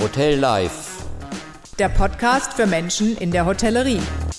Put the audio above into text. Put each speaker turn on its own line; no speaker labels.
Hotel Live.
Der Podcast für Menschen in der Hotellerie.